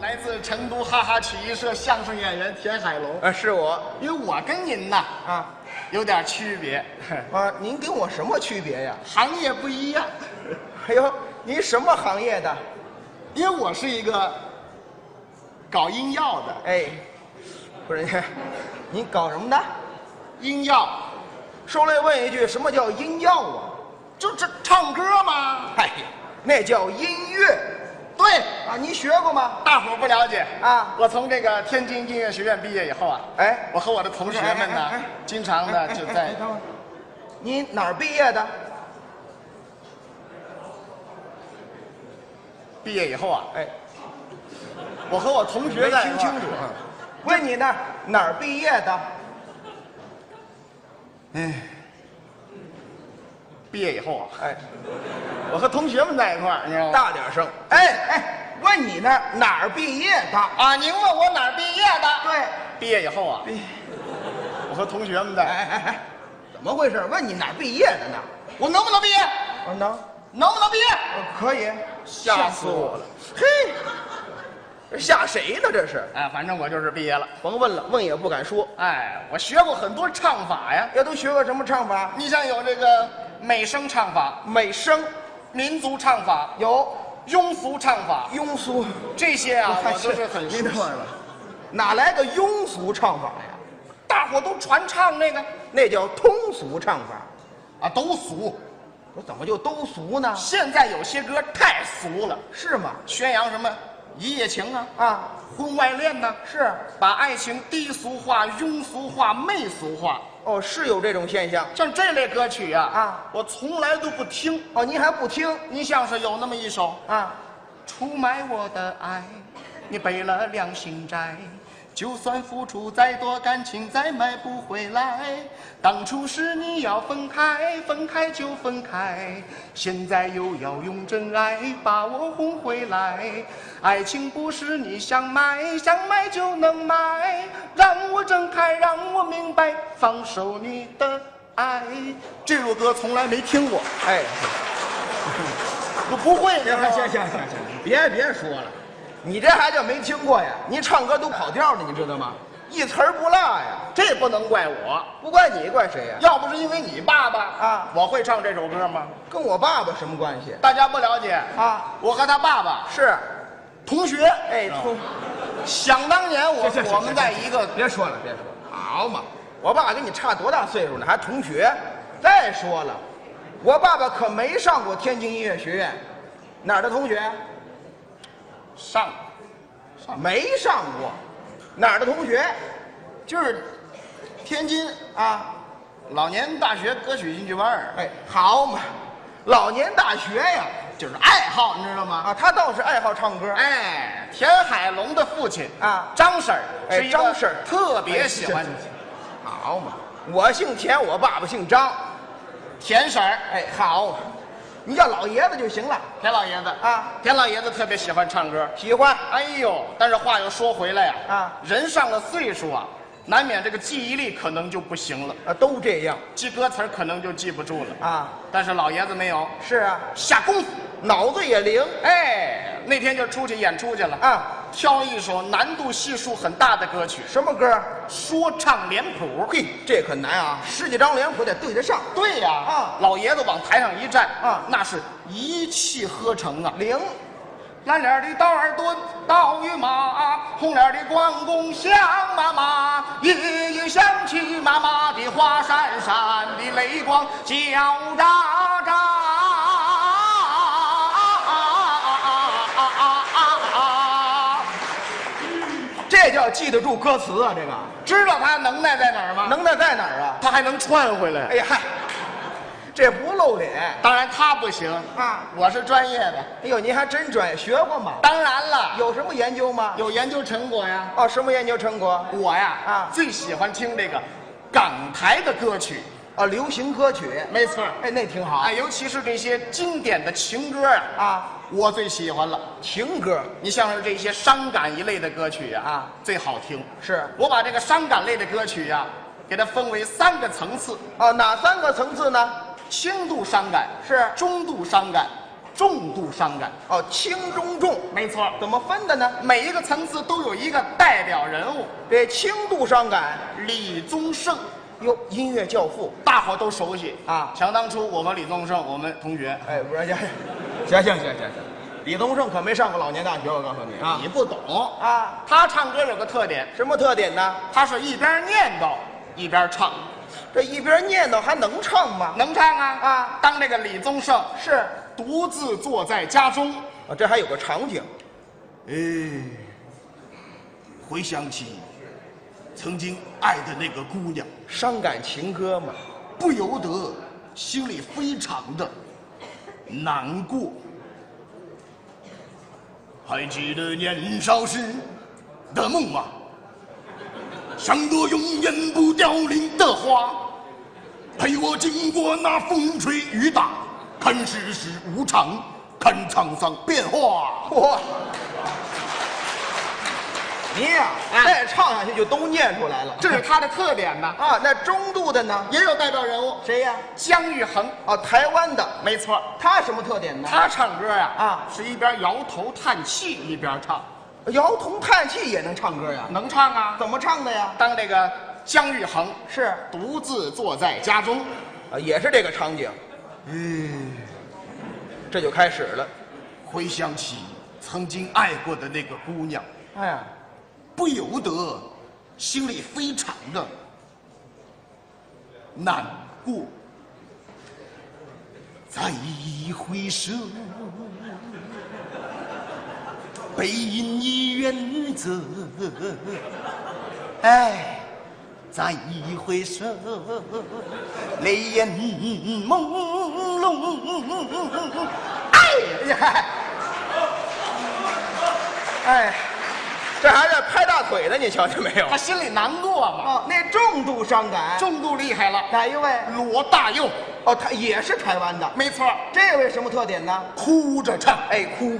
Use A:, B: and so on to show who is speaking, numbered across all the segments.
A: 来自成都哈哈曲艺社相声演员田海龙。
B: 呃，是我
A: 因为我跟您呐
B: 啊
A: 有点区别，
B: 啊！您跟我什么区别呀？
A: 行业不一样，
B: 哎呦，您什么行业的？
A: 因为我是一个搞音药的，
B: 哎，不是， 您搞什么的？
A: 音药
B: 受累问一句，什么叫音药啊？
A: 就这唱歌嘛。
B: 哎呀，那叫音乐
A: 对，
B: 啊！您学过吗？
A: 大伙儿不了解
B: 啊
A: 我从这个天津音乐学院毕业以后啊，
B: 哎
A: 我和我的同学们
B: 哎哎哎
A: 呢
B: 哎，
A: 经常
B: 哎
A: 呢
B: 哎
A: 就
B: 哎
A: 在
B: 哎等会儿您哪儿毕业的？
A: 毕业以后 啊，
B: 哎，
A: 我和我同学
B: 没
A: 在
B: 听清楚。啊！问你呢，哪儿毕业的？
A: 毕业以后啊，
B: 哎，
A: 我和同学们在一块儿，你知道吗？
B: 大点声！哎哎，问你呢，哪儿毕业的？
A: 啊，您问我哪儿毕业的？
B: 对，哎
A: 毕业以后啊，我和同学们在，
B: 哎哎哎，怎么回事？问你哪儿毕业的呢？
A: 我能不能毕业？
B: 我啊能，
A: 能不能毕业？
B: 呃可以。
A: 吓死我了！
B: 嘿，吓谁呢？这是，
A: 哎，反正我就是毕业了。
B: 甭问了，问也不敢说。
A: 哎，我学过很多唱法呀，
B: 要都学过什么唱法？
A: 你像有这个美声唱法、
B: 美声
A: 民族唱法、
B: 有，
A: 庸俗唱法，
B: 庸俗。
A: 这些啊，我都是很
B: 您
A: 熟
B: 等
A: 悉
B: 会。儿吧，哪来的庸俗唱法呀？
A: 大伙都传唱那个
B: 那叫通俗唱法。
A: 啊，都俗。
B: 我怎么就都俗呢？
A: 现在有些歌太俗了，
B: 是吗？
A: 宣扬什么一夜情啊、
B: 啊，
A: 婚外恋呐、
B: 是，
A: 把爱情低俗化、庸俗化、媚俗化。
B: 哦，是有这种现象。
A: 像这类歌曲啊，
B: 啊
A: 我从来都不听。
B: 哦，您还不听
A: 你像是有那么一首
B: 啊？
A: 《出卖我的爱》，你背了良心债，就算付出再多，感情再买不回来。当初是你要分开，分开就分开，现在又要用真爱把我哄回来。爱情不是你想买，想买就能买，让我睁开，让我明白，放手你的爱。这首歌从来没听过，
B: 哎，
A: 我不会。你知道吗
B: 行行，别别说了，你这还叫没听过呀？您唱歌都跑调呢，你知道吗？一词儿不落呀，
A: 这也不能怪我，
B: 不怪你，怪谁呀？
A: 要不是因为你爸爸
B: 啊
A: 我会唱这首歌吗？
B: 跟我爸爸什么关系？
A: 大家不了解
B: 啊，
A: 我和他爸爸
B: 是，
A: 同学，啊
B: 哎，通，
A: 想当年我
B: 行行行
A: 我们在一个
B: 别说了，别说了，好嘛，我爸跟你差多大岁数呢？还同学？再说了，我爸爸可没上过天津音乐学院，哪儿的同学？
A: 上，
B: 没上过，哪儿的同学？
A: 就是天津
B: 啊，
A: 老年大学歌曲兴趣班儿，
B: 哎，好嘛，老年大学呀，
A: 就是爱好，你知道吗？
B: 啊，他倒是爱好唱歌，
A: 哎，田海龙的父亲
B: 啊
A: 张婶儿
B: 哎
A: 是一个
B: 张婶儿
A: 特别喜欢
B: 哎行行好嘛，我姓田，我爸爸姓张，
A: 田婶儿，
B: 哎，好嘛，你叫老爷子就行了，
A: 田老爷子
B: 啊，
A: 田老爷子特别喜欢唱歌，
B: 喜欢，
A: 哎呦，但是话又说回来呀、
B: 啊
A: 人上了岁数啊，难免这个记忆力可能就不行了，
B: 啊，都这样
A: 记歌词儿可能就记不住了。
B: 啊，
A: 但是老爷子没有
B: 是啊，
A: 下功夫，
B: 脑子也灵
A: 哎，那天就出去演出去了，
B: 啊，
A: 挑一首难度系数很大的歌曲，
B: 什么歌？
A: 说唱脸谱。
B: 嘿，这可难啊，十几张脸谱得对得上，
A: 对呀、
B: 啊
A: 老爷子往台上一站，
B: 啊
A: 那是一气呵成啊。
B: 灵，
A: 蓝脸的道儿蹲，道与马，红脸的关公像妈妈，夜夜想起妈妈的话，闪闪的泪光叫喳喳。
B: 这叫记得住歌词啊，这个
A: 知道他能耐在哪儿吗？，
B: 能耐在哪儿啊？
A: 他还能串回来。
B: 哎呀嗨，这不露脸，
A: 当然他不行
B: 啊
A: 我是专业的。
B: 哎呦，您还真专业，学过吗？
A: 当然了，
B: 有什么研究吗？
A: 有研究成果呀。
B: 哦，什么研究成果？
A: 我呀，
B: 啊
A: 最喜欢听这个港台的歌曲，
B: 啊，流行歌曲，
A: 没错儿。
B: 哎，那挺好
A: 哎，尤其是这些经典的情歌啊，
B: 啊，
A: 我最喜欢了。
B: 情歌
A: 你像是这些伤感一类的歌曲啊，
B: 啊
A: 最好听。
B: 是
A: 我把这个伤感类的歌曲啊，给它分为三个层次：
B: 啊，哪三个层次呢？
A: 轻度伤感
B: 是
A: 中度伤感、重度伤感。
B: 哦，轻中重，
A: 没错，
B: 怎么分的呢？
A: 每一个层次都有一个代表人物，
B: 这轻度伤感，
A: 李宗盛，
B: 哟，音乐教父，
A: 大伙都熟悉
B: 啊
A: 想当初我和李宗盛，我们同学，
B: 哎，不是，行行行行行行，李宗盛可没上过老年大学，我告诉你啊
A: 你不懂。
B: 啊，
A: 他唱歌有个特点，
B: 什么特点呢？
A: 他是一边念叨一边唱，
B: 这一边念叨还能唱吗？
A: 能唱啊
B: 啊！
A: 当这个李宗盛
B: 是，
A: 独自坐在家中，
B: 啊，这还有个场景，
A: 哎，回想起曾经爱的那个姑娘，
B: 伤感情歌嘛。
A: 不由得心里非常的难过。还记得年少时的梦吗？像朵永远不凋零的花，陪我经过那风吹雨打，看世事无常，看沧桑变化。
B: 嚯，你哎呀、
A: 啊
B: 再唱下去就都念出来了。
A: 这是他的特点呢，
B: 啊，那中度的呢？
A: 也有代表人物
B: 谁呀、
A: 姜育恒，
B: 哦，台湾的，
A: 没错，
B: 他什么特点呢？
A: 他唱歌呀
B: 啊
A: 是一边摇头叹气一边唱。
B: 摇头叹气也能唱歌呀？
A: 能唱啊！
B: 怎么唱的呀？
A: 当这个姜育恒
B: 是，
A: 独自坐在家中，
B: 啊，也是这个场景。嗯，这就开始了。
A: 回想起曾经爱过的那个姑娘，
B: 哎呀，
A: 不由得心里非常的难过。再一回首，背影已远走。哎，再一回首，泪眼朦胧。哎呀，
B: 哎，这还是拍大腿的，你瞧见没有？
A: 他心里难过嘛，
B: 哦，那重度伤感，
A: 重度厉害了。
B: 哪一位？
A: 罗大佑，
B: 哦，他也是台湾的。
A: 没错，
B: 这位什么特点呢？
A: 哭着唱，
B: 哎，哭，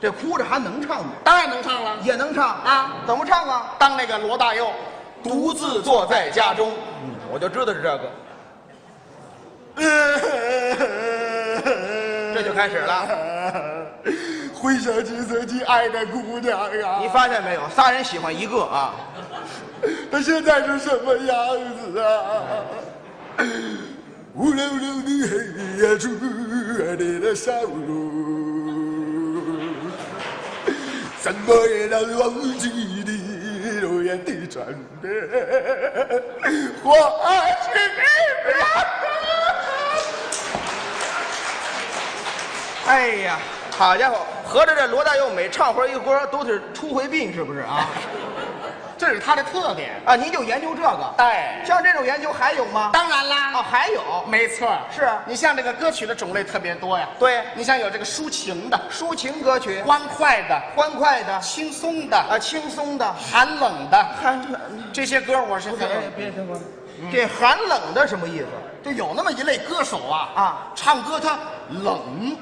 B: 这哭着还能唱吗？
A: 当然能唱了。
B: 也能唱
A: 啊？
B: 怎么唱啊？
A: 当那个罗大佑独自坐在家 中，
B: 嗯，我就知道是这个，
A: 这
B: 这就开始 了。
A: 了。回想起曾经爱的姑娘呀，
B: 你发现没有？仨人喜欢一个啊，
A: 她现在是什么样子啊？乌溜溜的黑夜中，你的笑容，怎么也难忘记你容颜的转变。我爱你，
B: 哎呀，好家伙，合着这罗大佑每唱会一歌都得出回病，是不是 啊？
A: 这是他的特点。
B: 啊，您就研究这个，
A: 哎，
B: 像这种研究还有 吗？
A: 当然啦啊
B: 啊，还有，
A: 哦没错儿，
B: 是
A: 你像这个歌曲的种类特别多呀。
B: 对
A: 你像有这个抒情的、
B: 抒情歌曲，
A: 欢快的、
B: 欢快的，
A: 轻松的、
B: 啊，轻松的，
A: 寒冷的
B: 寒，
A: 这些歌，我是很
B: 哎别等会嗯这寒冷的什么意思？
A: 就有那么一类歌手啊
B: 啊，
A: 唱歌他冷，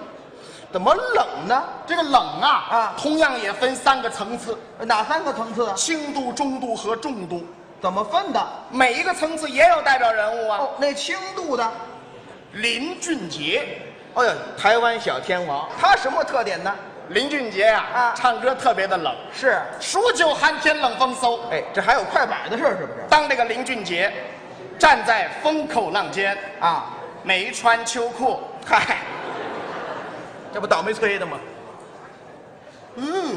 B: 怎么冷呢？
A: 这个冷啊
B: 啊
A: 同样也分三个层次：
B: 哪三个层次？啊
A: 轻度、中度和重度。
B: 怎么分的？
A: 每一个层次也有代表人物啊，
B: 哦，那轻度的，
A: 林俊杰。
B: 哎呀，台湾小天王，他什么特点呢？
A: 林俊杰啊，
B: 啊
A: 唱歌特别的冷，
B: 是，
A: 数九寒天冷风嗖。
B: 哎，这还有快板的事儿是不是？
A: 当这个林俊杰站在风口浪尖，
B: 啊，
A: 没穿秋裤，
B: 嗨，这不倒霉催的吗？
A: 嗯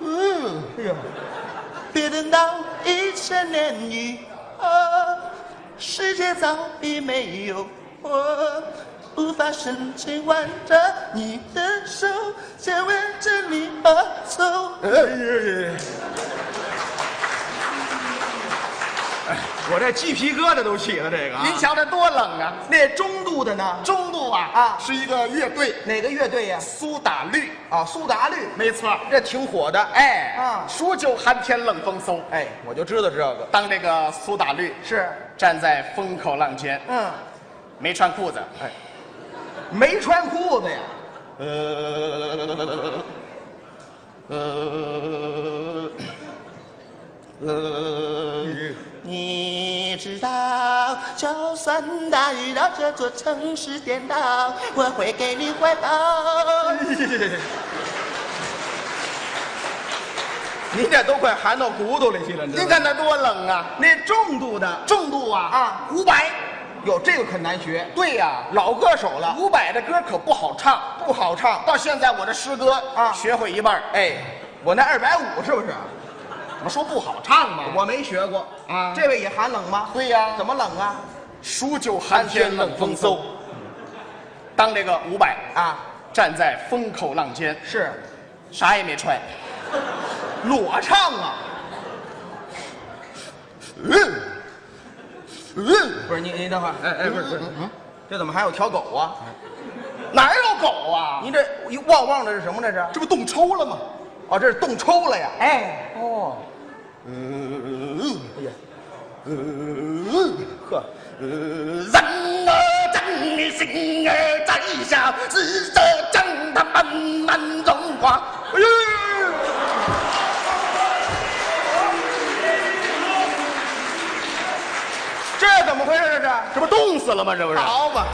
A: 嗯，
B: 哎呀，
A: 别等到一千年以后，世界早已没有我，无法深情挽着你的手，牵握着你而走。
B: 哎呀呀！哎，我这鸡皮疙瘩都起了，这个啊
A: 您瞧这多冷啊！
B: 那中度的呢？
A: 中度啊
B: 啊
A: 是一个乐队
B: 哪个乐队呀、
A: 苏打绿，
B: 啊，苏打绿，
A: 没错儿。
B: 这挺火的。哎
A: 哎，
B: 啊
A: 数九寒天冷风嗖。
B: 哎，我就知道这个
A: 当这个苏打绿
B: 是，
A: 站在风口浪尖，
B: 嗯，
A: 没穿裤子，
B: 哎没穿裤子呀。
A: 呃，呃，
B: 嗯
A: 呃，你知道就算大雨到这座城市颠倒，我会给你怀抱。
B: 你这都快含到骨头里去了，你知
A: 你
B: 道吗？
A: 看那多冷啊，
B: 那重度的
A: 重度啊
B: 啊
A: 五百，
B: 哟，这个可难学，
A: 对呀、
B: 老歌手了，
A: 伍佰的歌可不好唱，
B: 不好唱。
A: 到现在我的诗歌
B: 啊
A: 学会一半儿，
B: 哎，我那二百五是不是？
A: 怎么说不好唱嘛？
B: 我没学过
A: 啊
B: 这位也寒冷吗？
A: 对呀、
B: 怎么冷啊？
A: 数九寒天冷风嗖。当这个伍佰
B: 啊，
A: 站在风口浪尖，
B: 是
A: 啥也没穿，
B: 裸唱啊？
A: 嗯，嗯，
B: 不是，您您等会儿，哎哎，不是不是
A: 嗯，
B: 这怎么还有条狗啊？
A: 哪有狗啊？
B: 您这一旺旺的是什么？这是？
A: 这不冻抽了吗？
B: 哦，这是冻抽了呀？
A: 哎，
B: 哦，
A: 嗯，
B: 哎呀，
A: 嗯，
B: 呵，
A: 呃人儿真的心儿在下，是这真的漫漫荣华。
B: 哎呀，这怎么回事？这是？
A: 这不冻死了吗？这不是？
B: 好吧，